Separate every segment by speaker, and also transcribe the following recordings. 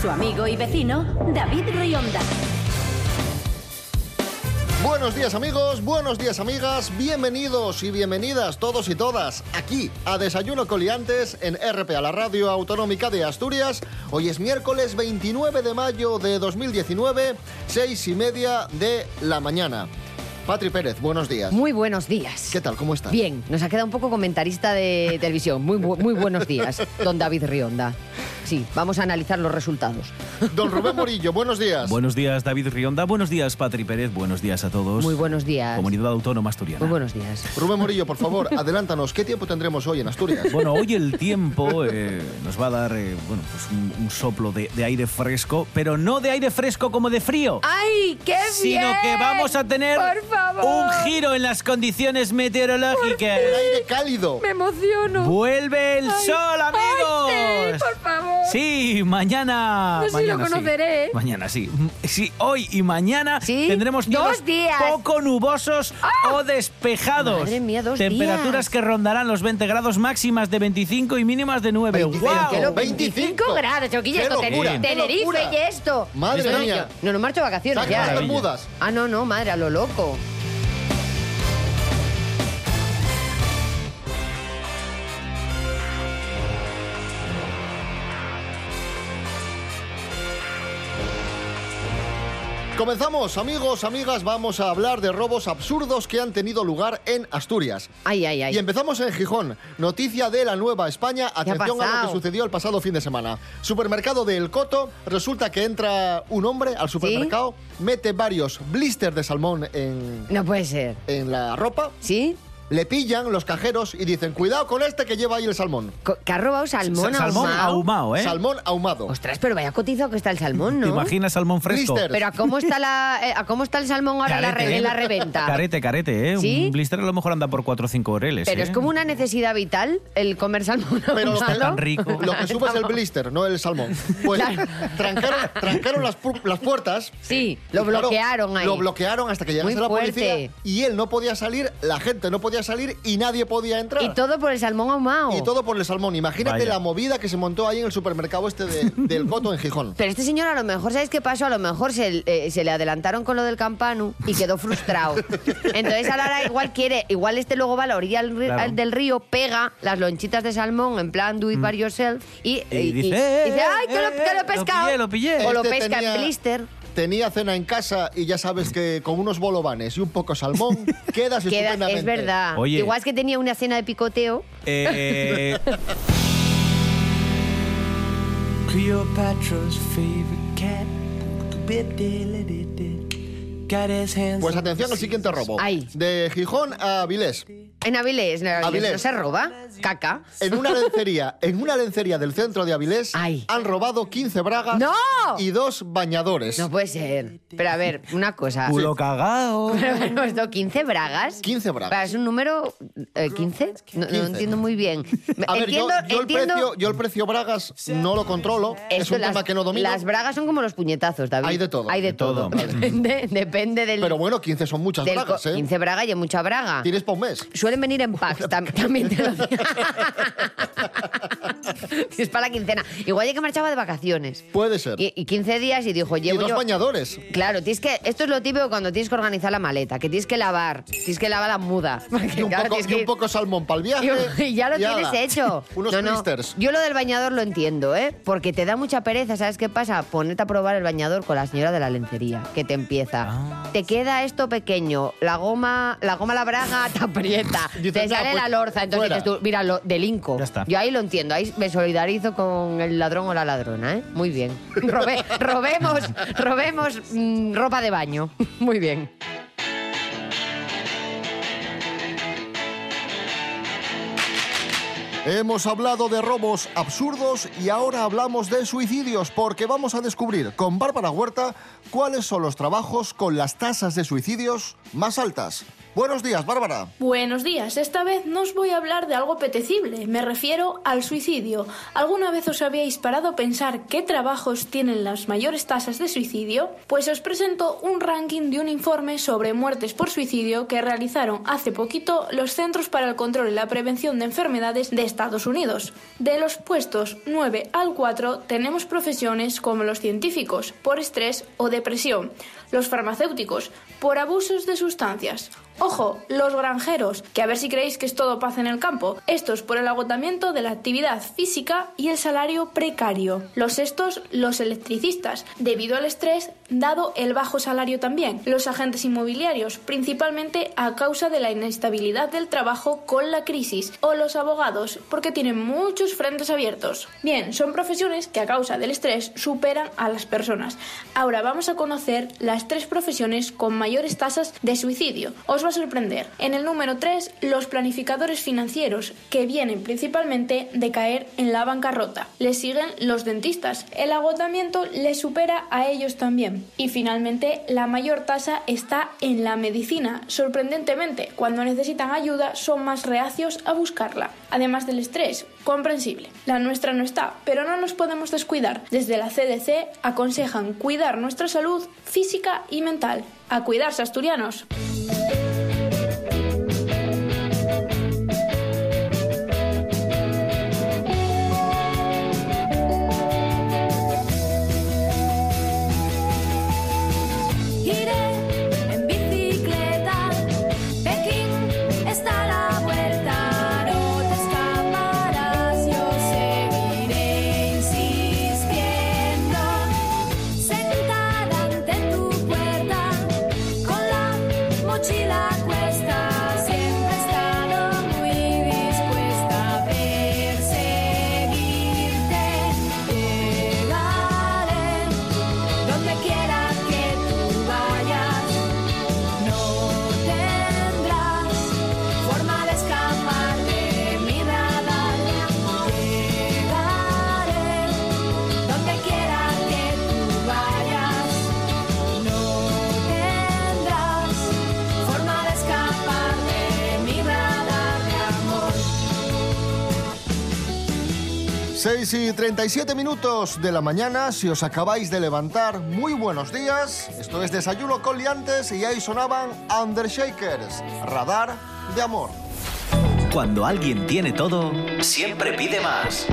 Speaker 1: Su amigo y vecino, David Rionda.
Speaker 2: Buenos días amigos, buenos días amigas, bienvenidos y bienvenidas todos y todas aquí a Desayuno Coliantes en RPA, la radio autonómica de Asturias. Hoy es miércoles 29 de mayo de 2019, seis y media de la mañana. Patri Pérez, buenos días.
Speaker 3: Muy buenos días.
Speaker 2: ¿Qué tal? ¿Cómo estás?
Speaker 3: Bien, nos ha quedado un poco comentarista de televisión. Muy, bu- muy buenos días, don David Rionda. Sí, vamos a analizar los resultados.
Speaker 2: Don Rubén Morillo, buenos días.
Speaker 4: Buenos días, David Rionda. Buenos días, Patri Pérez. Buenos días a todos.
Speaker 3: Muy buenos días.
Speaker 4: Comunidad Autónoma Asturiana.
Speaker 3: Muy buenos días.
Speaker 2: Rubén Morillo, por favor, adelántanos, ¿qué tiempo tendremos hoy en Asturias?
Speaker 4: Bueno, hoy el tiempo eh, nos va a dar eh, bueno, pues un, un soplo de, de aire fresco, pero no de aire fresco como de frío.
Speaker 3: ¡Ay, qué bien!
Speaker 4: sino que vamos a tener
Speaker 3: por favor.
Speaker 4: un giro en las condiciones meteorológicas.
Speaker 2: El aire cálido.
Speaker 3: Me emociono.
Speaker 4: ¡Vuelve el
Speaker 3: Ay,
Speaker 4: sol, amigos!
Speaker 3: ay, sí, por favor.
Speaker 4: Sí, mañana.
Speaker 3: No sé si lo
Speaker 4: mañana sí.
Speaker 3: conoceré. ¿eh?
Speaker 4: Mañana sí. Sí, hoy y mañana
Speaker 3: Sí,
Speaker 4: tendremos
Speaker 3: dos
Speaker 4: cielos
Speaker 3: días. ¡Ah!
Speaker 4: poco nubosos o despejados.
Speaker 3: Madre mía, dos
Speaker 4: Temperaturas
Speaker 3: días.
Speaker 4: que rondarán los 20 grados máximas de 25 y mínimas de 9.
Speaker 2: 25.
Speaker 4: ¡Guau!
Speaker 3: Que lo-
Speaker 2: 25
Speaker 3: grados,
Speaker 2: ¡Qué
Speaker 3: choquillas, con Tenerife-
Speaker 2: locura! ¡Qué
Speaker 3: Tenerife
Speaker 2: locura!
Speaker 3: y esto.
Speaker 2: Madre
Speaker 3: no, no,
Speaker 2: mía.
Speaker 3: yo- No, no marcho de vacaciones
Speaker 2: Saca las
Speaker 3: ya.
Speaker 4: Maravilla.
Speaker 2: bermudas.
Speaker 3: Ah, no, no, madre, a lo loco.
Speaker 2: Comenzamos, amigos, amigas, vamos a hablar de robos absurdos que han tenido lugar en Asturias.
Speaker 3: Ay, ay, ay.
Speaker 2: Y empezamos en Gijón. Noticia de la Nueva España. Atención a lo que
Speaker 3: pasado?
Speaker 2: sucedió el pasado fin de semana. Supermercado de El Coto. Resulta que entra un hombre al supermercado, mete varios blisters de salmón en,
Speaker 3: No puede ser.
Speaker 2: en la ropa,
Speaker 3: ¿Sí?
Speaker 2: le pillan los cajeros y dicen, cuidado con este que lleva ahí el salmón.
Speaker 3: Co- Que ha robado salmón,
Speaker 4: Sa- salmón
Speaker 3: ahumado.
Speaker 4: ahumado, ¿eh?
Speaker 2: Salmón ahumado.
Speaker 3: Ostras, pero vaya cotizado que está el salmón, ¿no?
Speaker 4: ¿Te imaginas salmón fresco?
Speaker 2: Blister.
Speaker 3: Pero ¿a cómo está, la, eh, a cómo está el salmón ahora en la
Speaker 4: Carete,
Speaker 3: re-
Speaker 4: ¿eh?
Speaker 3: en la reventa?
Speaker 4: Carete, carete, ¿eh?
Speaker 3: ¿Sí?
Speaker 4: Un blister a lo mejor anda por 4 o 5 oreles.
Speaker 3: Pero
Speaker 4: ¿eh?
Speaker 3: es como una necesidad vital el comer salmón.
Speaker 2: Pero lo
Speaker 3: ahumado.
Speaker 2: que-
Speaker 4: tan rico.
Speaker 2: Lo que sube es el blister, no el salmón. Pues
Speaker 3: Claro.
Speaker 2: trancaron, trancaron las, pu- las puertas.
Speaker 3: Sí,
Speaker 2: y
Speaker 3: lo
Speaker 2: claro,
Speaker 3: bloquearon ahí.
Speaker 2: Lo bloquearon hasta que llegase
Speaker 3: Muy
Speaker 2: la
Speaker 3: fuerte.
Speaker 2: policía. Y él no podía salir, la gente no podía salir y nadie podía entrar.
Speaker 3: Y todo por el salmón ahumado.
Speaker 2: Y todo por el salmón. Imagínate
Speaker 4: Vaya.
Speaker 2: la movida que se montó ahí en el supermercado este de- del Coto en Gijón.
Speaker 3: Pero este señor a lo mejor, ¿sabéis qué pasó? A lo mejor se, eh, se le adelantaron con lo del campanu y quedó frustrado. Entonces ahora igual quiere, igual este luego va a la orilla del, ri-
Speaker 4: Claro.
Speaker 3: al- del río, pega las lonchitas de salmón en plan do it by yourself
Speaker 4: Mm.
Speaker 3: y,
Speaker 4: Y
Speaker 3: y-
Speaker 4: dice,
Speaker 3: y-
Speaker 4: "Eh,
Speaker 3: y dice,
Speaker 4: eh,
Speaker 3: ¡ay, que lo,
Speaker 4: eh,
Speaker 3: que lo he
Speaker 4: lo
Speaker 3: pescado!
Speaker 4: pillé, lo pillé.
Speaker 3: O lo
Speaker 2: Este
Speaker 3: pesca
Speaker 2: tenía-
Speaker 3: en blister.
Speaker 2: Tenía cena en casa y ya sabes que con unos bolovanes y un poco salmón quedas
Speaker 3: Queda-
Speaker 2: estupendamente.
Speaker 3: es verdad.
Speaker 4: Oye.
Speaker 3: Igual es que tenía una cena de picoteo.
Speaker 4: Eh,
Speaker 5: Cleopatra's favorite cat. Bit-diddly-did-did. Got his hands
Speaker 2: Pues
Speaker 5: on the
Speaker 2: atención al siguiente robo.
Speaker 3: Ay.
Speaker 2: De Gijón a Avilés.
Speaker 3: En Avilés, en Avilés,
Speaker 2: Avilés.
Speaker 3: no se roba. Caca.
Speaker 2: En una lencería, en una lencería del centro de Avilés
Speaker 3: Ay.
Speaker 2: han robado 15 bragas
Speaker 3: ¡No!
Speaker 2: y dos bañadores.
Speaker 3: No puede ser. Pero a ver, una cosa.
Speaker 4: culo cagao.
Speaker 3: Pero Ah, bueno, esto, 15 bragas.
Speaker 2: 15 bragas.
Speaker 3: ¿Es un número eh, 15? No, no
Speaker 2: 15.
Speaker 3: entiendo muy bien.
Speaker 2: A ver, yo-
Speaker 3: entiendo,
Speaker 2: yo,
Speaker 3: entiendo-
Speaker 2: el precio, yo el precio bragas no lo controlo, es
Speaker 3: esto,
Speaker 2: un tema que no domino.
Speaker 3: Las bragas son como los puñetazos, David.
Speaker 2: Hay de todo.
Speaker 3: Hay de,
Speaker 4: De
Speaker 3: todo.
Speaker 4: todo.
Speaker 3: Depende, depende del.
Speaker 2: Pero bueno, 15 son muchas
Speaker 3: del
Speaker 2: bragas,
Speaker 3: co-
Speaker 2: ¿eh?
Speaker 3: 15 bragas y hay mucha braga.
Speaker 2: Tienes por un mes.
Speaker 3: Suelen venir en packs, tam- también te lo digo. es para la quincena. Igual ya que marchaba de vacaciones.
Speaker 2: Puede ser.
Speaker 3: Y, y 15 días y dijo,
Speaker 2: Y
Speaker 3: llevo
Speaker 2: dos
Speaker 3: yo...
Speaker 2: bañadores.
Speaker 3: Claro, tienes que, esto es lo típico cuando tienes que organizar la maleta, que tienes que lavar, tienes que lavar la muda. porque,
Speaker 2: Y un,
Speaker 3: claro,
Speaker 2: poco,
Speaker 3: tienes
Speaker 2: y
Speaker 3: que
Speaker 2: un
Speaker 3: ir-
Speaker 2: poco salmón para el viaje.
Speaker 3: y- y ya lo
Speaker 2: y ala.
Speaker 3: tienes hecho.
Speaker 2: Unos
Speaker 3: No, no.
Speaker 2: blisters.
Speaker 3: Yo lo del bañador lo entiendo, ¿eh? Porque te da mucha pereza, ¿sabes qué pasa? Ponerte a probar el bañador con la señora de la lencería, que te empieza.
Speaker 2: Ah,
Speaker 3: Te queda esto pequeño, la goma, la goma la braga te aprieta,
Speaker 2: Dices,
Speaker 3: te
Speaker 2: "Ya,
Speaker 3: sale
Speaker 2: pues,
Speaker 3: la lorza, entonces
Speaker 2: fuera".
Speaker 3: dices tú, mira, lo delinco.
Speaker 4: Ya está.
Speaker 3: Yo ahí lo entiendo, ahí me solidarizo con el ladrón o la ladrona, ¿eh? Muy bien. Robé- robemos, robemos mm, ropa de baño. Muy bien.
Speaker 2: Hemos hablado de robos absurdos y ahora hablamos de suicidios porque vamos a descubrir con Bárbara Huerta cuáles son los trabajos con las tasas de suicidios más altas. Buenos días, Bárbara.
Speaker 6: Buenos días, esta vez no os voy a hablar de algo apetecible, me refiero al suicidio. ¿Alguna vez os habíais parado a pensar qué trabajos tienen las mayores tasas de suicidio? Pues os presento un ranking de un informe sobre muertes por suicidio que realizaron hace poquito los Centros para el Control y la Prevención de Enfermedades de Estados Unidos. De los puestos 9 al 4 tenemos profesiones como los científicos, por estrés o depresión, los farmacéuticos, por abusos de sustancias, Ojo, los granjeros, que a ver si creéis que es todo paz en el campo. Estos por el agotamiento de la actividad física y el salario precario. Los estos, los electricistas, debido al estrés, dado el bajo salario también. Los agentes inmobiliarios, principalmente a causa de la inestabilidad del trabajo con la crisis. O los abogados, porque tienen muchos frentes abiertos. Bien, son profesiones que a causa del estrés superan a las personas. Ahora vamos a conocer las tres profesiones con mayores tasas de suicidio. Os va a sorprender. En el número 3, los planificadores financieros, que vienen principalmente de caer en la bancarrota. Les siguen los dentistas. El agotamiento les supera a ellos también. Y finalmente, la mayor tasa está en la medicina. Sorprendentemente, cuando necesitan ayuda son más reacios a buscarla. Además del estrés, comprensible. La nuestra no está, pero no nos podemos descuidar. Desde la CDC aconsejan cuidar nuestra salud física y mental. A cuidarse, asturianos.
Speaker 7: Iré en bicicleta, Pekín está a la vuelta, no te escaparás, yo seguiré insistiendo, sentada ante tu puerta, con la mochila a cuestas, siempre he estado muy dispuesta a perseguirte, llegaré donde quiera que tú vayas, no tendrás forma de escapar de mi radar. Llegaré donde quiera que tú vayas, no tendrás forma de escapar de mi radar de amor.
Speaker 2: 6 y 37 minutos de la mañana, si os acabáis de levantar, muy buenos días. Esto es Desayuno con Liantes y ahí sonaban Undershakers, Radar de Amor.
Speaker 4: Cuando alguien tiene todo,
Speaker 8: Siempre pide más.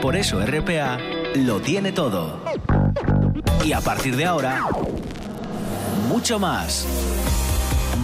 Speaker 4: por eso RPA lo tiene todo. Y a partir de ahora, mucho más.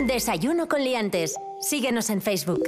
Speaker 1: Desayuno con liantes. Síguenos en Facebook.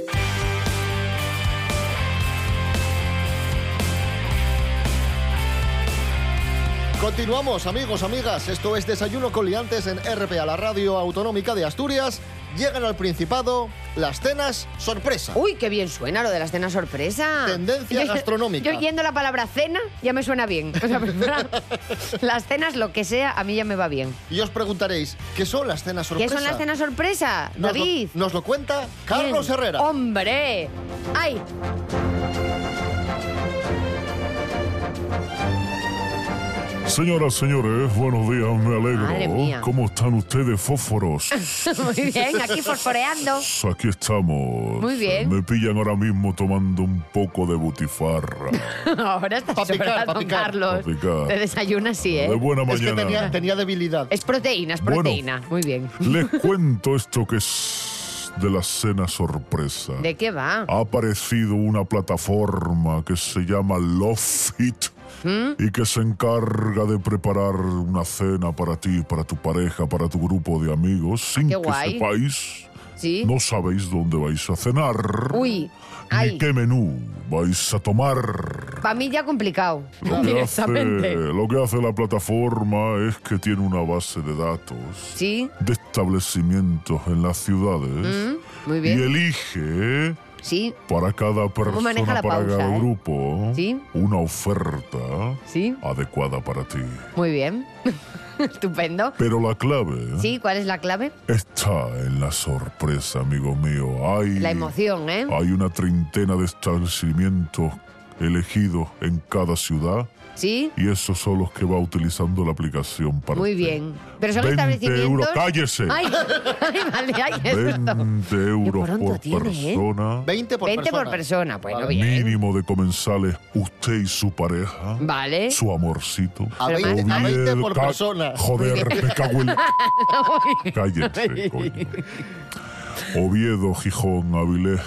Speaker 2: Continuamos, amigos, amigas. Esto es Desayuno con Liantes en RPA, la radio autonómica de Asturias. Llegan al Principado las cenas sorpresa.
Speaker 3: Uy, qué bien suena lo de la cena sorpresa.
Speaker 2: Tendencia
Speaker 3: Yo-
Speaker 2: gastronómica.
Speaker 3: Yo oyendo la palabra cena ya me suena bien. O sea, perdona, las cenas, lo que sea, a mí ya me va bien.
Speaker 2: Y os preguntaréis, ¿qué son las cenas
Speaker 3: ¿Qué
Speaker 2: sorpresa?
Speaker 3: son las cenas sorpresa,
Speaker 2: Nos lo-
Speaker 3: David?
Speaker 2: Nos lo, cuenta Carlos
Speaker 3: Bien.
Speaker 2: Herrera.
Speaker 3: ¡Hombre! ¡Ay!
Speaker 9: Señoras, señores, buenos días, me alegro.
Speaker 3: Madre mía.
Speaker 9: ¿Cómo están ustedes, fósforos?
Speaker 3: Muy bien, aquí fosforeando.
Speaker 9: Aquí estamos.
Speaker 3: Muy bien.
Speaker 9: Me pillan ahora mismo tomando un poco de butifarra.
Speaker 3: Ahora estás
Speaker 2: Pa' picar,
Speaker 3: sobrado,
Speaker 2: pa'
Speaker 3: don
Speaker 2: picar.
Speaker 3: Carlos.
Speaker 9: Pa' picar.
Speaker 3: Te desayunas sí,
Speaker 9: De
Speaker 3: ¿eh?
Speaker 9: buena
Speaker 2: es que
Speaker 9: mañana.
Speaker 2: tenía, tenía debilidad.
Speaker 3: Es proteína, es
Speaker 9: Bueno.
Speaker 3: proteína. Muy bien.
Speaker 9: Les cuento esto que es de la cena sorpresa.
Speaker 3: ¿De qué va?
Speaker 9: ha aparecido una plataforma que se llama LoveFit
Speaker 3: ¿Mm?
Speaker 9: y que se encarga de preparar una cena para ti, para tu pareja, para tu grupo de amigos, sin
Speaker 3: Ah, qué
Speaker 9: que
Speaker 3: guay.
Speaker 9: sepáis
Speaker 3: Sí.
Speaker 9: No sabéis dónde vais a cenar.
Speaker 3: Uy,
Speaker 9: Ni qué menú vais a tomar.
Speaker 3: para mí ya complicado.
Speaker 9: Lo que, hace, lo que hace la plataforma es que tiene una base de datos
Speaker 3: Sí.
Speaker 9: de establecimientos en las ciudades
Speaker 3: Mm, muy
Speaker 9: y
Speaker 3: bien.
Speaker 9: elige
Speaker 3: Sí.
Speaker 9: para cada
Speaker 3: maneja
Speaker 9: persona,
Speaker 3: la
Speaker 9: para
Speaker 3: pausa,
Speaker 9: cada
Speaker 3: eh?
Speaker 9: grupo,
Speaker 3: Sí.
Speaker 9: una oferta
Speaker 3: Sí.
Speaker 9: adecuada para ti.
Speaker 3: Muy bien. Estupendo.
Speaker 9: Pero la clave
Speaker 3: Sí, ¿cuál es la clave?
Speaker 9: está en la sorpresa, amigo mío. Hay,
Speaker 3: La emoción, ¿eh?
Speaker 9: hay una treintena de establecimientos elegidos en cada ciudad
Speaker 3: Sí.
Speaker 9: y esos son los que va utilizando la aplicación para
Speaker 3: Muy bien. Pero son
Speaker 9: 20
Speaker 3: establecimientos.
Speaker 9: euros. ¡Cállese!
Speaker 3: Ay, ay, vale, ay, esto.
Speaker 9: 20 euros
Speaker 3: pronto
Speaker 9: por
Speaker 3: tiene, ¿eh?
Speaker 9: persona.
Speaker 2: 20 por
Speaker 3: 20
Speaker 2: persona.
Speaker 3: por persona, bueno, bien.
Speaker 9: Mínimo de comensales, usted y su pareja.
Speaker 3: Vale.
Speaker 9: Su amorcito.
Speaker 2: A 20, a 20 por
Speaker 9: ca-
Speaker 2: persona.
Speaker 9: Joder, me cago en... Cállate, coño. Oviedo, Gijón, Avilés,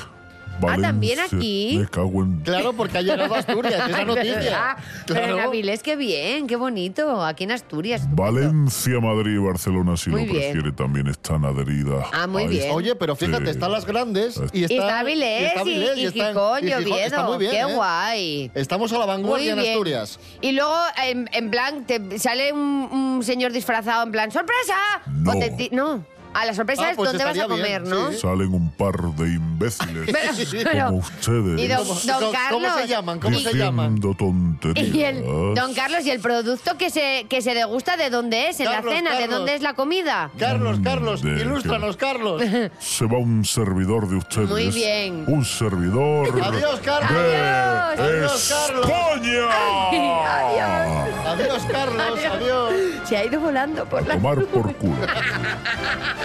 Speaker 9: Valencia.
Speaker 3: Ah, también aquí.
Speaker 9: Me cago en...
Speaker 2: Claro, porque ha llegado a Asturias, esa
Speaker 3: Ay, ¿verdad?
Speaker 2: noticia.
Speaker 3: Ah, Pero en
Speaker 2: Claro.
Speaker 3: Avilés, qué bien, qué bonito. Aquí en Asturias.
Speaker 9: Valencia, Madrid y Barcelona, si
Speaker 3: Muy
Speaker 9: lo
Speaker 3: bien.
Speaker 9: prefiere, también están adheridas.
Speaker 3: Ah, muy
Speaker 9: a
Speaker 3: bien.
Speaker 2: Oye, pero fíjate,
Speaker 9: este-
Speaker 2: están las grandes y está,
Speaker 3: y está Avilés,
Speaker 2: y está
Speaker 3: y,
Speaker 2: Avilés,
Speaker 3: y
Speaker 2: está-
Speaker 3: Gijón,
Speaker 2: y
Speaker 3: y
Speaker 2: Gijón. Está muy
Speaker 3: Oviedo.
Speaker 2: bien,
Speaker 3: Qué
Speaker 2: ¿eh?
Speaker 3: guay.
Speaker 2: Estamos a la
Speaker 3: Muy
Speaker 2: vanguardia en
Speaker 3: bien.
Speaker 2: Asturias.
Speaker 3: Y luego, en, en plan, te sale un, un señor disfrazado en plan, ¡sorpresa!
Speaker 9: No.
Speaker 3: O te ti- no. A la sorpresa
Speaker 2: Ah,
Speaker 3: es
Speaker 2: pues
Speaker 3: dónde vas a
Speaker 2: estaría bien,
Speaker 3: comer, ¿no?
Speaker 2: sí.
Speaker 9: Salen un par de imbéciles.
Speaker 3: Pero- pero-
Speaker 9: como ustedes.
Speaker 3: y don,
Speaker 2: ¿Cómo-
Speaker 3: don
Speaker 2: cómo-
Speaker 3: Carlos.
Speaker 2: cómo se llaman? ¿Cómo se llaman?
Speaker 9: Diciendo tonterías.
Speaker 3: Y el, don Carlos, ¿y el producto que se, que se degusta de dónde es? ¿En
Speaker 2: Carlos,
Speaker 3: la cena? ¿De
Speaker 2: Carlos.
Speaker 3: dónde es la comida?
Speaker 2: Carlos, Carlos,
Speaker 9: de-
Speaker 2: ilústranos, Carlos.
Speaker 9: Se va un servidor de ustedes.
Speaker 3: Muy bien.
Speaker 9: Un servidor.
Speaker 2: Adiós, Carlos.
Speaker 9: de
Speaker 2: Adiós, Carlos.
Speaker 9: España.
Speaker 3: Adiós.
Speaker 2: Adiós, Carlos,
Speaker 3: Adiós.
Speaker 2: adiós.
Speaker 3: Se ha ido volando por la...
Speaker 9: Tomar por culo.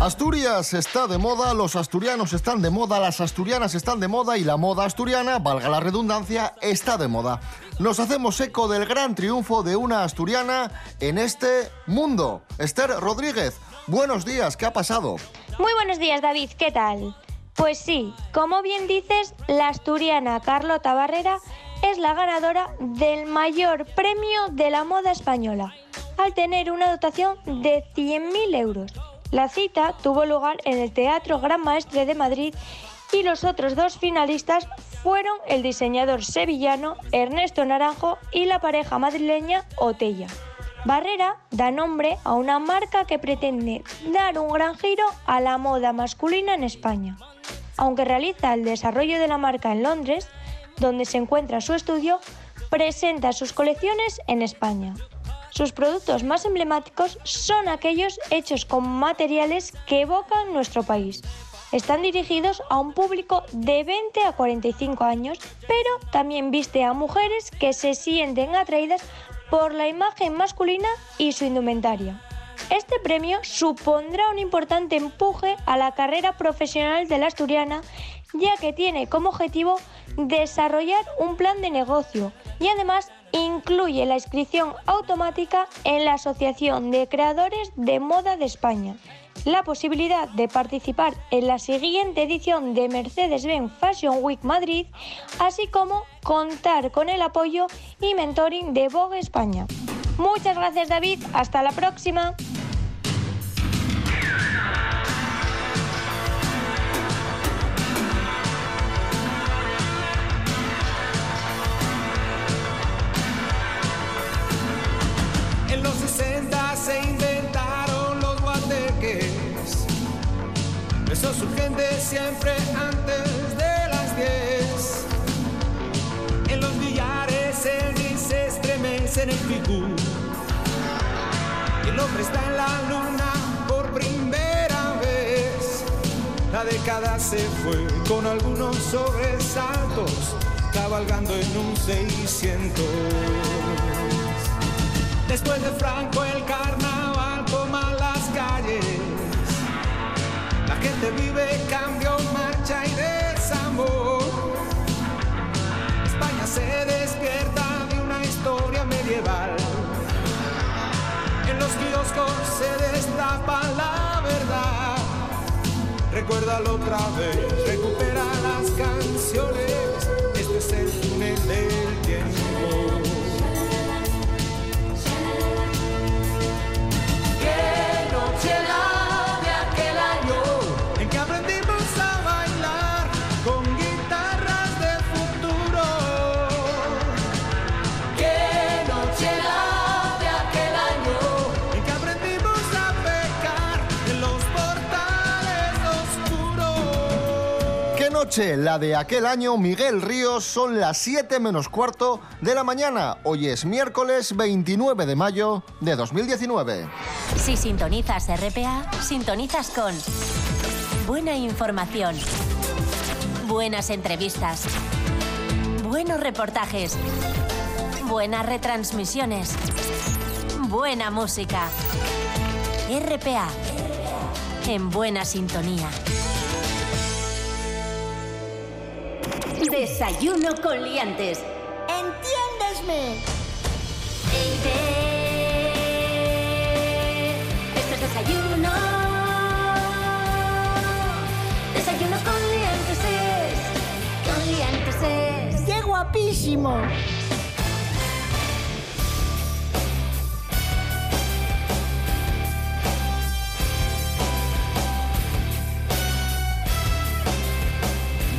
Speaker 2: Asturias está de moda, los asturianos están de moda, las asturianas están de moda y la moda asturiana, valga la redundancia, está de moda. Nos hacemos eco del gran triunfo de una asturiana en este mundo. Esther Rodríguez, buenos días, ¿qué ha pasado?
Speaker 10: Muy buenos días, David. ¿Qué tal? Pues sí, como bien dices, la asturiana Carlota Barrera es la ganadora del mayor premio de la moda española, al tener una dotación de 100.000 euros. La cita tuvo lugar en el Teatro Gran Maestre de Madrid y los otros dos finalistas fueron el diseñador sevillano Ernesto Naranjo y la pareja madrileña Otella. Barrera da nombre a una marca que pretende dar un gran giro a la moda masculina en España. Aunque realiza el desarrollo de la marca en Londres, donde se encuentra su estudio, presenta sus colecciones en España. Sus productos más emblemáticos son aquellos hechos con materiales que evocan nuestro país. Están dirigidos a un público de 20 a 45 años, pero también viste a mujeres que se sienten atraídas por la imagen masculina y su indumentaria. Este premio supondrá un importante empuje a la carrera profesional de la asturiana, ya que tiene como objetivo desarrollar un plan de negocio y además incluye la inscripción automática en la Asociación de Creadores de Moda de España, la posibilidad de participar en la siguiente edición de Mercedes-Benz Fashion Week Madrid, así como contar con el apoyo y mentoring de Vogue España. Muchas gracias David, hasta la próxima.
Speaker 11: En los 60 se inventaron los guateques. Besos urgentes siempre antes de las 10. En los billares el gris se estremece en el picú. Y el hombre está en la luna por primera vez. La década se fue con algunos sobresaltos, cabalgando en un 600. Después de Franco el carnaval toma las calles. La gente vive cambio, marcha y desamor. España se despierta de una historia medieval. En los kioscos se destapa la verdad. Recuérdalo otra vez, recupera las canciones. Este es el
Speaker 2: noche, la de aquel año, Miguel Ríos, son las 7 menos cuarto de la mañana. Hoy es miércoles 29 de mayo de 2019.
Speaker 1: Si sintonizas RPA, sintonizas con buena información, buenas entrevistas, buenos reportajes, buenas retransmisiones, buena música. RPA, en buena sintonía. Desayuno con liantes.
Speaker 7: ¡Entiéndesme!
Speaker 1: Esto Este es desayuno. Desayuno con liantes es. Con liantes es.
Speaker 12: ¡Qué guapísimo!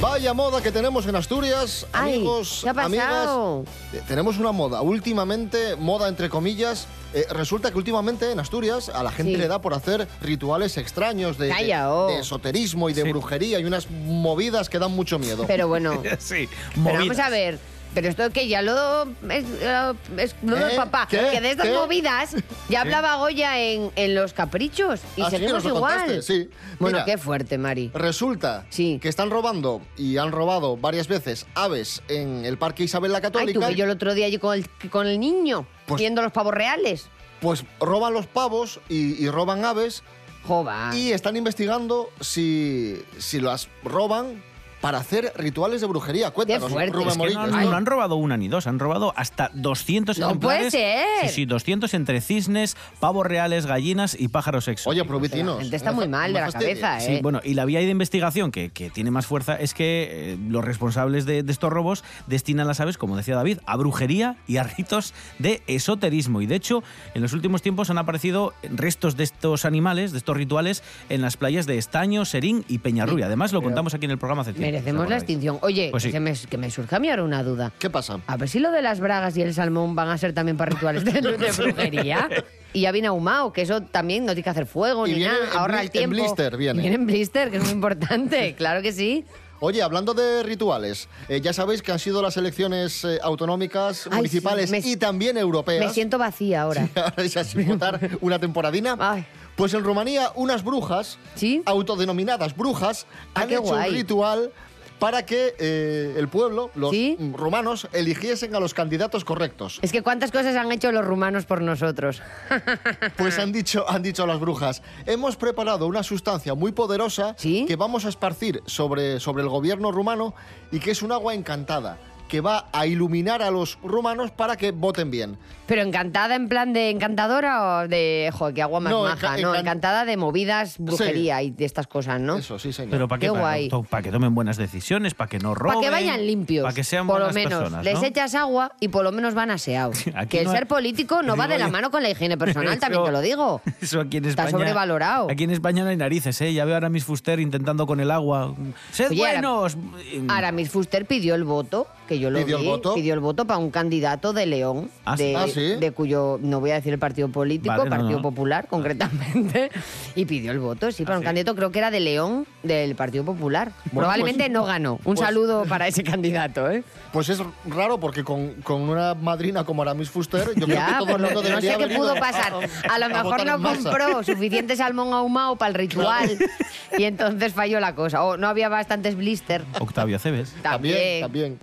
Speaker 2: Vaya moda que tenemos en Asturias,
Speaker 3: Ay,
Speaker 2: amigos,
Speaker 3: ¿qué ha pasado?
Speaker 2: amigas. Eh, Tenemos una moda. Últimamente, moda entre comillas. eh, resulta que últimamente en Asturias a la gente
Speaker 3: Sí.
Speaker 2: le da por hacer rituales extraños de, de-
Speaker 3: Calla, oh.
Speaker 2: de esoterismo y de brujería y unas movidas que dan mucho miedo.
Speaker 3: Pero bueno.
Speaker 2: sí,
Speaker 3: Pero vamos a ver. Pero esto que ya lo... Es, lo- es- no,
Speaker 2: ¿Eh?
Speaker 3: papá,
Speaker 2: ¿Qué?
Speaker 3: que de estas
Speaker 2: ¿Qué?
Speaker 3: movidas ya hablaba Goya en, en Los Caprichos y
Speaker 2: Así que
Speaker 3: seguimos
Speaker 2: nos lo
Speaker 3: igual.
Speaker 2: contaste, sí.
Speaker 3: Bueno,
Speaker 2: Mira.
Speaker 3: qué fuerte, Mari.
Speaker 2: Resulta que están robando y han robado varias veces aves en el Parque Isabel la
Speaker 3: Ay,
Speaker 2: Católica.
Speaker 3: tuve yo el otro día allí con el, con el niño, viendo los pavos reales.
Speaker 2: Pues roban los pavos y, y roban aves. Y están investigando si, si las roban para hacer rituales de brujería. Cuéntanos, Rubén
Speaker 4: Es que
Speaker 2: Morillo.
Speaker 4: no, no, no han robado una ni dos, han robado hasta 200
Speaker 2: No
Speaker 4: ejemplares.
Speaker 2: puede ser.
Speaker 4: Sí, sí, 200 entre cisnes, pavos reales, gallinas y pájaros exóticos. Oye,
Speaker 2: provecinos.
Speaker 3: La gente está muy mal de la cabeza, ¿eh?
Speaker 4: Sí, bueno, y la vía de investigación que, que tiene más fuerza es que eh, los responsables de, de estos robos destinan las aves, como decía David, a brujería y a ritos de esoterismo. Y de hecho, en los últimos tiempos han aparecido restos de estos animales, de estos rituales, en las playas de Estaño, Serín y Peñarrubia. Además, lo contamos aquí en el programa hace tiempo.
Speaker 3: Merecemos la
Speaker 4: ¿os acordáis?
Speaker 3: extinción. Oye,
Speaker 4: Pues sí.
Speaker 3: que, me, que me surge a mí ahora una duda.
Speaker 2: ¿Qué pasa?
Speaker 3: A ver si lo de las bragas y el salmón van a ser también para rituales de, de brujería. Y ya viene ahumado, que eso también no tiene que hacer fuego
Speaker 2: Y
Speaker 3: ni
Speaker 2: viene
Speaker 3: nada,
Speaker 2: en
Speaker 3: ahorra
Speaker 2: bli-
Speaker 3: el
Speaker 2: en
Speaker 3: tiempo.
Speaker 2: blister viene.
Speaker 3: Y Viene en blister, que es muy importante, claro que sí.
Speaker 2: Oye, hablando de rituales, eh, ya sabéis que han sido las elecciones eh, autonómicas,
Speaker 3: Ay,
Speaker 2: municipales
Speaker 3: sí, me-
Speaker 2: y también europeas.
Speaker 3: Me siento vacía ahora.
Speaker 2: Ahora es así votar una temporadina. Pues en Rumanía, unas brujas, autodenominadas brujas,
Speaker 3: Ah,
Speaker 2: han
Speaker 3: qué
Speaker 2: hecho
Speaker 3: guay.
Speaker 2: un ritual para que eh, el pueblo, los mm, rumanos, eligiesen a los candidatos correctos.
Speaker 3: Es que cuántas cosas han hecho los rumanos por nosotros.
Speaker 2: Pues han dicho, han dicho las brujas, hemos preparado una sustancia muy poderosa que vamos a esparcir sobre, sobre el gobierno rumano y que es un agua encantada, que va a iluminar a los rumanos para que voten bien.
Speaker 3: Pero encantada en plan de encantadora o de, jo, qué agua más
Speaker 2: No,
Speaker 3: maja,
Speaker 2: enca-
Speaker 3: no,
Speaker 2: encan-
Speaker 3: encantada de movidas, brujería y de estas cosas, ¿no?
Speaker 2: Eso, sí, señor.
Speaker 4: Pero para qué,
Speaker 3: Qué
Speaker 4: para,
Speaker 3: guay.
Speaker 4: to- para que tomen buenas decisiones, para que no roben.
Speaker 3: Para que vayan limpios.
Speaker 4: Para que sean
Speaker 3: por lo
Speaker 4: buenas
Speaker 3: menos.
Speaker 4: personas,
Speaker 3: Les
Speaker 4: ¿no?
Speaker 3: echas agua y por lo menos van aseados.
Speaker 4: Aquí
Speaker 3: que el
Speaker 4: no-
Speaker 3: ser político no
Speaker 4: Te
Speaker 3: va
Speaker 4: digo
Speaker 3: de la
Speaker 4: yo.
Speaker 3: mano con la higiene personal, también
Speaker 4: Eso-
Speaker 3: te lo digo.
Speaker 4: Eso aquí en
Speaker 3: Está
Speaker 4: España.
Speaker 3: sobrevalorado.
Speaker 4: Aquí en España no hay narices, ¿eh? Ya veo ahora mis Fuster intentando con el agua. ¡Sed
Speaker 3: Oye, Ara-
Speaker 4: buenos! Mm.
Speaker 3: Aramis Fuster pidió el voto, que yo lo
Speaker 4: ¿Pidió el
Speaker 3: vi,
Speaker 4: voto?
Speaker 3: pidió el voto para un candidato de León,
Speaker 4: Ah, sí.
Speaker 3: de,
Speaker 4: Ah, sí.
Speaker 3: de cuyo, no voy a decir el partido político,
Speaker 4: Vale, no,
Speaker 3: Partido
Speaker 4: no. Ah,
Speaker 3: Popular concretamente, y pidió el voto, sí, para un candidato creo que era de León, del Partido Popular.
Speaker 2: Bueno,
Speaker 3: Probablemente
Speaker 2: pues-
Speaker 3: no ganó. Un
Speaker 2: pues-
Speaker 3: saludo para ese candidato, ¿eh?
Speaker 2: Pues es raro porque con, con una madrina como Aramis Fuster, yo creo que
Speaker 3: Ya,
Speaker 2: todo
Speaker 3: por
Speaker 2: el
Speaker 3: lo-
Speaker 2: mundo
Speaker 3: no
Speaker 2: debería
Speaker 3: sé qué
Speaker 2: haber
Speaker 3: pudo
Speaker 2: ido
Speaker 3: pasar.
Speaker 2: a-
Speaker 3: A
Speaker 2: a
Speaker 3: lo mejor
Speaker 2: votar en
Speaker 3: no
Speaker 2: masa.
Speaker 3: compró suficiente salmón ahumado para el ritual y entonces falló la cosa. O no había bastantes blister.
Speaker 4: Octavio Cebes.
Speaker 3: También,
Speaker 2: también.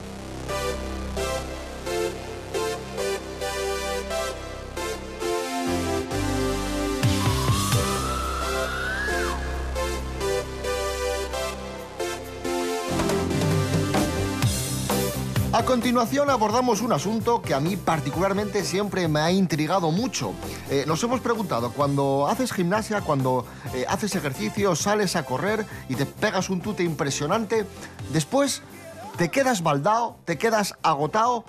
Speaker 2: A continuación abordamos un asunto que a mí particularmente siempre me ha intrigado mucho. Eh, nos hemos preguntado, cuando haces gimnasia, cuando eh, haces ejercicio, sales a correr y te pegas un tute impresionante, después te quedas baldao, te quedas agotado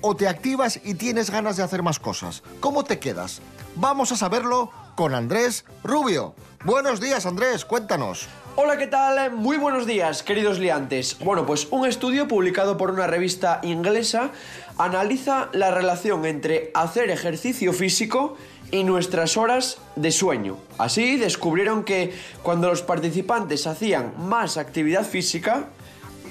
Speaker 2: o te activas y tienes ganas de hacer más cosas. ¿Cómo te quedas? Vamos a saberlo con Andrés Rubio. Buenos días Andrés, cuéntanos.
Speaker 13: Hola, ¿qué tal? Muy buenos días, queridos liantes. Bueno, pues un estudio publicado por una revista inglesa analiza la relación entre hacer ejercicio físico y nuestras horas de sueño. Así descubrieron que cuando los participantes hacían más actividad física,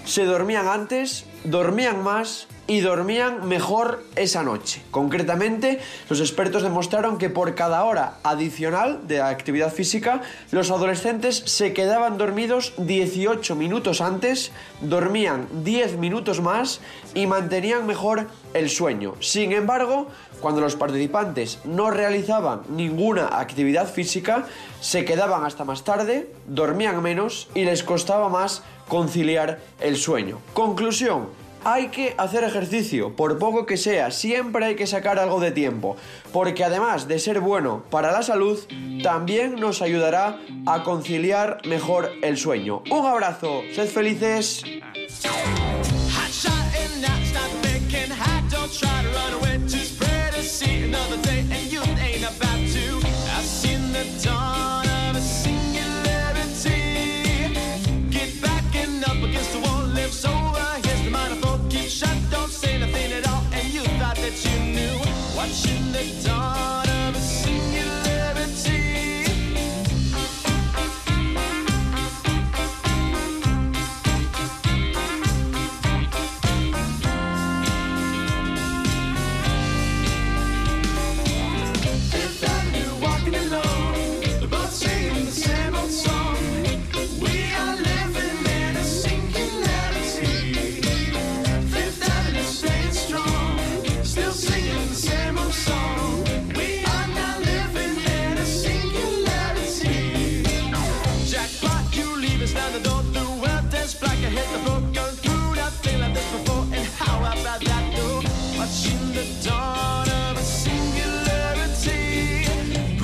Speaker 13: se dormían antes, dormían más y dormían mejor esa noche. Concretamente, los expertos demostraron que por cada hora adicional de actividad física, los adolescentes se quedaban dormidos 18 minutos antes, dormían 10 minutos más y mantenían mejor el sueño. Sin embargo, cuando los participantes no realizaban ninguna actividad física, se quedaban hasta más tarde, dormían menos y les costaba más conciliar el sueño. Conclusión. Hay que hacer ejercicio, por poco que sea, siempre hay que sacar algo de tiempo, porque además de ser bueno para la salud, también nos ayudará a conciliar mejor el sueño. Un abrazo, sed felices.
Speaker 5: Hotshot and not stop thinking high. Don't try to run away to spread a seed another day, and you ain't about to. I've seen the dawn of a singularity. Get back and up against the wall, lives over. Here's the minor folk, keep shut, don't say nothing at all. And you thought that you knew. Watching the dawn of a singularity. Fifth Avenue, walking alone. They're both singing the same old song. We are living in a singularity. Fifth Avenue, staying strong. Still singing the same old song. We are now living in a singularity. Jackpot, you leave us down the door. The world is black. I hit the book. Going through nothing like this before. And how about that, though? Watching the dawn of a singularity.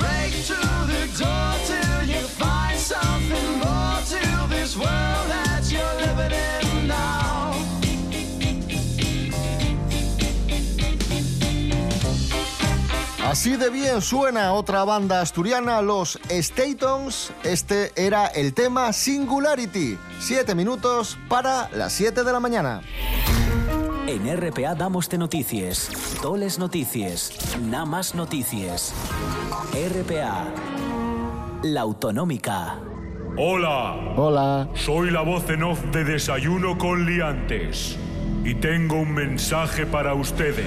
Speaker 5: Break through the door till you find something more to this world that you're living in now.
Speaker 2: Así de bien suena otra banda asturiana, los Statons. Este era el tema Singularity. Siete minutos para las 7 de la mañana.
Speaker 8: En RPA damoste noticias, toles noticias, nada más noticias. RPA, la autonómica.
Speaker 14: Hola. Hola. Soy la voz en off de Desayuno con Liantes. Y tengo un mensaje para ustedes.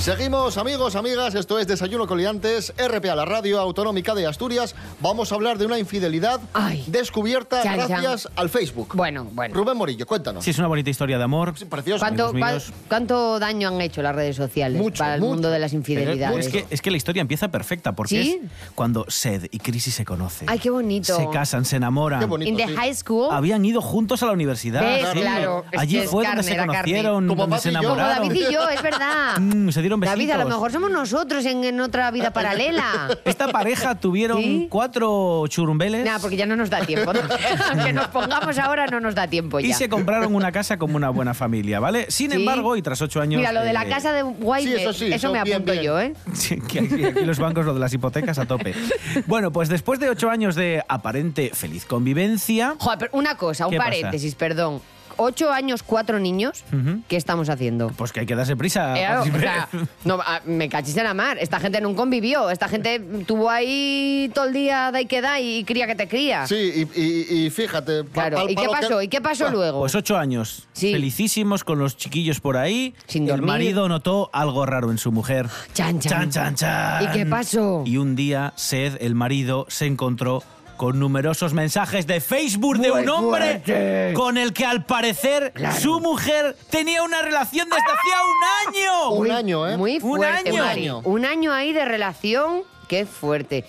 Speaker 2: Seguimos, amigos, amigas. Esto es Desayuno Coliantes, RPA, la radio autonómica de Asturias. Vamos a hablar de una infidelidad descubierta
Speaker 3: Chan, chan.
Speaker 2: gracias al Facebook.
Speaker 3: Bueno, bueno.
Speaker 2: Rubén Morillo, cuéntanos.
Speaker 4: Sí, es una bonita historia de amor.
Speaker 3: ¿Cuánto,
Speaker 4: Amigos míos.
Speaker 3: cuán- cuánto daño han hecho las redes sociales para el mundo de las infidelidades?
Speaker 4: Es que, es que la historia empieza perfecta, porque
Speaker 3: ¿Sí?
Speaker 4: es cuando Sed y Crisis se conocen.
Speaker 3: Ay, qué bonito.
Speaker 4: Se casan, se enamoran.
Speaker 3: In the high school.
Speaker 4: Habían ido juntos a la universidad.
Speaker 3: ¿Ves?
Speaker 4: sí.
Speaker 3: Claro, es
Speaker 4: Allí
Speaker 3: que es
Speaker 4: fue
Speaker 3: carne,
Speaker 4: donde se
Speaker 3: era carne.
Speaker 4: conocieron,
Speaker 3: Como
Speaker 4: donde
Speaker 3: Paco
Speaker 4: se
Speaker 3: y yo. Como
Speaker 4: enamoraron.
Speaker 3: David y yo, es verdad.
Speaker 4: Mm, se dieron besitos.
Speaker 3: David, a lo mejor somos nosotros en, en otra vida paralela.
Speaker 4: Esta pareja tuvieron cuatro churumbeles
Speaker 3: Nada, porque ya no nos da tiempo. Aunque nos pongamos ahora, no nos da tiempo ya.
Speaker 4: y se compraron una casa como una buena familia, ¿vale? Sin
Speaker 3: Sí.
Speaker 4: embargo, y tras ocho años...
Speaker 3: Mira, lo de la
Speaker 4: eh,
Speaker 3: casa de Guay,
Speaker 4: Sí, eso sí, eso
Speaker 3: me
Speaker 4: bien,
Speaker 3: apunto
Speaker 4: bien.
Speaker 3: yo, ¿eh?
Speaker 4: Sí, que aquí, aquí los bancos, lo de las hipotecas a tope. Bueno, pues después de ocho años de aparente feliz convivencia...
Speaker 3: Joder, pero una cosa, un
Speaker 4: ¿Qué pasa?
Speaker 3: paréntesis, perdón. Ocho años, cuatro niños. ¿Qué estamos haciendo?
Speaker 4: Pues que hay que darse prisa.
Speaker 3: Eh, o
Speaker 4: Patricia.
Speaker 3: sea, no, a- me cachis en la mar. Esta gente no convivió. Esta gente tuvo ahí todo el día da y que da y cría que te cría.
Speaker 2: Sí, y, y- y fíjate. pa-
Speaker 3: Claro,
Speaker 2: pa-
Speaker 3: ¿y
Speaker 2: pa
Speaker 3: qué
Speaker 2: lo que-
Speaker 3: pasó? ¿Y qué pasó luego?
Speaker 4: Pues ocho años.
Speaker 3: Sí.
Speaker 4: Felicísimos con los chiquillos por ahí. El
Speaker 3: dormir.
Speaker 4: marido notó algo raro en su mujer.
Speaker 3: Chan,
Speaker 4: Chan,
Speaker 3: chan.
Speaker 4: chan, chan.
Speaker 3: ¿Y qué pasó?
Speaker 4: Y un día, Sed, el marido, se encontró con numerosos mensajes de Facebook
Speaker 5: Muy
Speaker 4: de
Speaker 15: Pues
Speaker 4: un hombre
Speaker 5: fuerte.
Speaker 4: con el que al parecer
Speaker 5: Claro.
Speaker 4: su mujer tenía una relación desde hacía un año. ¿eh?
Speaker 3: Muy- Muy fuerte,
Speaker 4: un año.
Speaker 3: Mari. Un año ahí de relación Qué fuerte.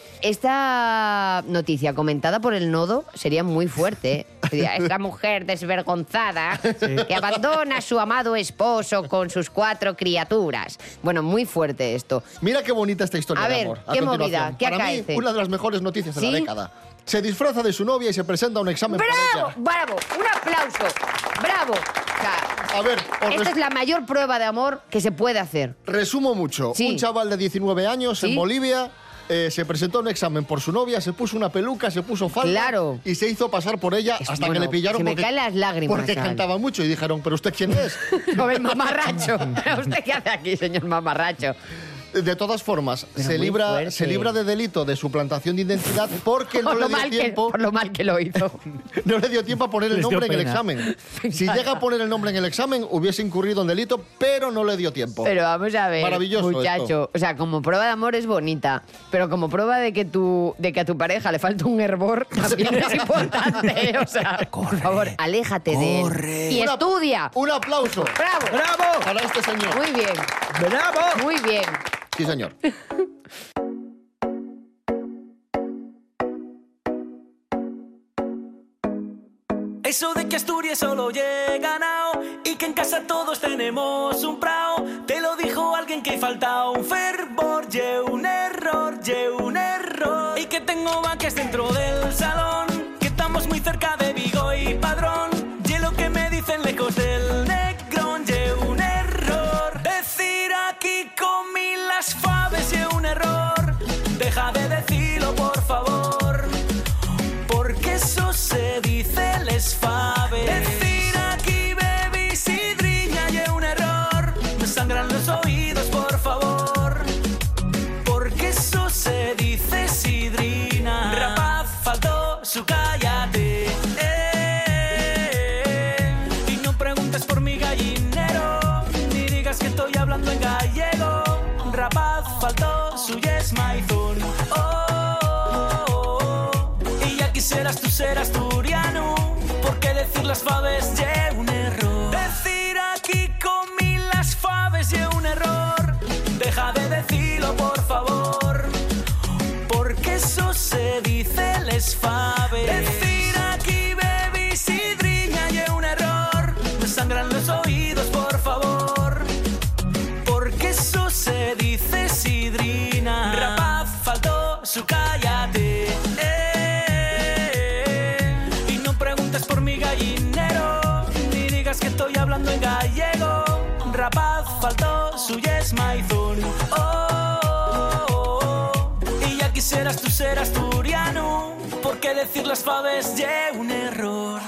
Speaker 3: Esta noticia comentada por el nodo sería muy fuerte. ¿eh? Sería, Esta mujer desvergonzada que abandona a su amado esposo con sus cuatro criaturas. Bueno, muy fuerte esto.
Speaker 2: Mira qué bonita esta historia
Speaker 3: A
Speaker 2: de
Speaker 3: ver,
Speaker 2: amor.
Speaker 3: ¿qué
Speaker 2: continuación.
Speaker 3: movida? ¿Qué
Speaker 2: Para
Speaker 3: acaece?
Speaker 2: mí, una de las mejores noticias de
Speaker 3: ¿Sí?
Speaker 2: la década. Se disfraza de su novia y se presenta a un examen para
Speaker 3: ¡Bravo!
Speaker 2: ella.
Speaker 3: ¡Bravo! ¡Un aplauso! ¡Bravo! O sea,
Speaker 2: A ver, os
Speaker 3: esta
Speaker 2: res-
Speaker 3: es la mayor prueba de amor que se puede hacer.
Speaker 2: resumo mucho.
Speaker 3: Sí.
Speaker 2: Un chaval de 19 años
Speaker 3: Sí.
Speaker 2: en Bolivia eh, se presentó a un examen por su novia, se puso una peluca, se puso falda
Speaker 3: Claro.
Speaker 2: y se hizo pasar por ella hasta
Speaker 3: bueno,
Speaker 2: que le pillaron
Speaker 3: se me
Speaker 2: porque,
Speaker 3: caen las lágrimas,
Speaker 2: porque
Speaker 3: chaval.
Speaker 2: cantaba mucho y dijeron, pero usted quién es?
Speaker 3: No el mamarracho. ¿Pero ¿Usted qué hace aquí, señor mamarracho?
Speaker 2: De todas formas,
Speaker 3: Pero
Speaker 2: se
Speaker 3: muy
Speaker 2: libra,
Speaker 3: fuerte.
Speaker 2: se libra de delito de suplantación de identidad porque no
Speaker 3: Por
Speaker 2: le
Speaker 3: lo
Speaker 2: dio
Speaker 3: mal que-
Speaker 2: tiempo.
Speaker 3: por lo mal que lo hizo.
Speaker 2: No le dio tiempo a poner el
Speaker 4: Les dio
Speaker 2: nombre en el
Speaker 4: pena.
Speaker 2: examen. Si llega a poner el nombre en el examen, hubiese incurrido en delito, pero no le dio tiempo.
Speaker 3: Pero vamos a ver,
Speaker 2: Maravilloso
Speaker 3: muchacho.
Speaker 2: esto.
Speaker 3: O sea, como prueba de amor es bonita, pero como prueba de que tu, de que a tu pareja le falta un hervor también es importante. O sea, por favor, aléjate de él y
Speaker 2: Una-
Speaker 3: estudia.
Speaker 2: Un aplauso
Speaker 3: Bravo.
Speaker 4: ¡Bravo!
Speaker 2: para este señor.
Speaker 3: Muy bien.
Speaker 4: ¡Bravo!
Speaker 3: Muy bien.
Speaker 2: Sí, señor.
Speaker 15: Eso de que Asturias solo llega Nao y que en casa todos tenemos un prao, te lo dijo alguien que falta un fervor, ye un error, ye un error. Y que tengo vaques dentro del salón, que estamos muy cerca de Vigo y Padrón, ye lo que me dicen lejos del negrón, ye un error. Decir aquí comí las faves, ye un error, deja de decirlo por favor. Porque eso se dice les faves. Decir aquí bebí sidriña y es un error. Me sangran los oídos, por favor. Porque eso se dice sidrina. Rapaz faltó su cállate. Eh, eh, eh. Y no preguntes por mi gallinero. Ni digas que estoy hablando en gallego. Rapaz faltó su yes maizón. Oh, oh, oh, oh. Y ya quisieras tú ser asturiano, porque decir las faves es un error. Decir aquí comí las faves es un error. Deja de decirlo, por favor, porque eso se dice les faves. Decir aquí bebí sidriña y es un error. Me sangran los oídos, por favor. Porque eso se dice sidrina. Rapaz faltó su cállate. Eh, eh, eh. Y no preguntes por mi gallinero. Ni digas que estoy hablando en gallego. Rapaz faltó su yes maizón. Oh, oh, oh, oh. Y ya quisieras tú ser asturiano. Porque decir las faves es un error.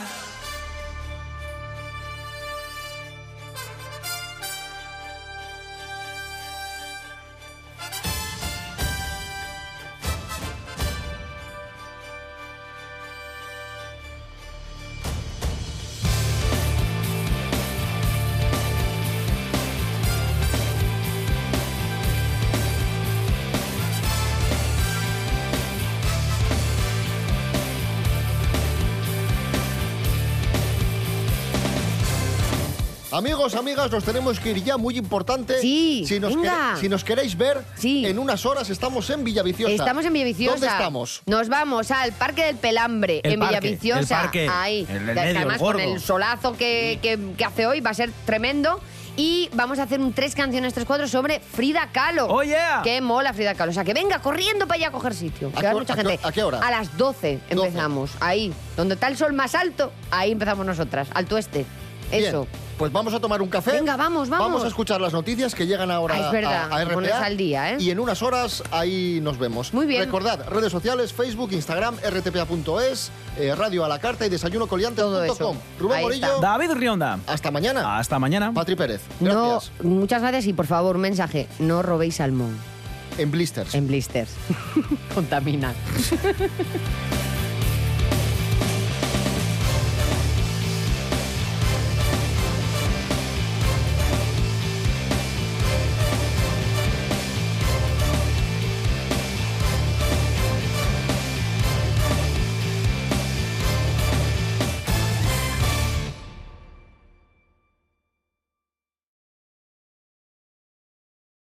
Speaker 2: Amigos, amigas, nos tenemos que ir ya, muy importante.
Speaker 3: Sí,
Speaker 2: si nos,
Speaker 3: venga.
Speaker 2: quere- si nos queréis ver,
Speaker 3: Sí.
Speaker 2: en unas horas estamos en Villaviciosa.
Speaker 3: Estamos en Villaviciosa.
Speaker 2: ¿Dónde estamos?
Speaker 3: Nos vamos al Parque del Pelambre,
Speaker 2: El
Speaker 3: en
Speaker 2: parque,
Speaker 3: Villaviciosa.
Speaker 2: el parque,
Speaker 3: Ahí.
Speaker 2: el del
Speaker 3: Que
Speaker 2: medio, el
Speaker 3: Además,
Speaker 2: gordo.
Speaker 3: con el solazo que, que- que hace hoy va a ser tremendo. Y vamos a hacer un tres canciones, tres cuadros sobre Frida Kahlo.
Speaker 4: Oh, yeah.
Speaker 3: ¡Qué mola Frida Kahlo! O sea, que venga corriendo para allá a coger sitio.
Speaker 2: ¿A
Speaker 3: Que hay
Speaker 2: qué hor-
Speaker 3: mucha
Speaker 2: a qué-
Speaker 3: gente.
Speaker 2: a qué hora?
Speaker 3: A las 12 empezamos. Ahí. Donde está el sol más alto, ahí empezamos nosotras. Al tueste. Eso.
Speaker 2: Bien, Pues vamos a tomar un café.
Speaker 3: Venga, vamos, vamos.
Speaker 2: Vamos a escuchar las noticias que llegan ahora
Speaker 3: Ah, es verdad,
Speaker 2: a, a
Speaker 3: te pones
Speaker 2: RPA.
Speaker 3: al día, ¿eh?
Speaker 2: Y en unas horas ahí nos vemos. Muy
Speaker 3: bien.
Speaker 2: Recordad, redes sociales, Facebook, Instagram, rtpa.es, eh, radio a la carta y desayunocoliante.com. Rubén
Speaker 3: Ahí
Speaker 2: Morillo.
Speaker 3: está.
Speaker 4: David Rionda.
Speaker 2: Hasta mañana.
Speaker 4: Hasta mañana.
Speaker 2: Patri Pérez.
Speaker 3: No,
Speaker 2: Gracias.
Speaker 3: muchas gracias y por favor, mensaje, no robéis salmón.
Speaker 2: En blisters.
Speaker 3: En blisters. Contamina.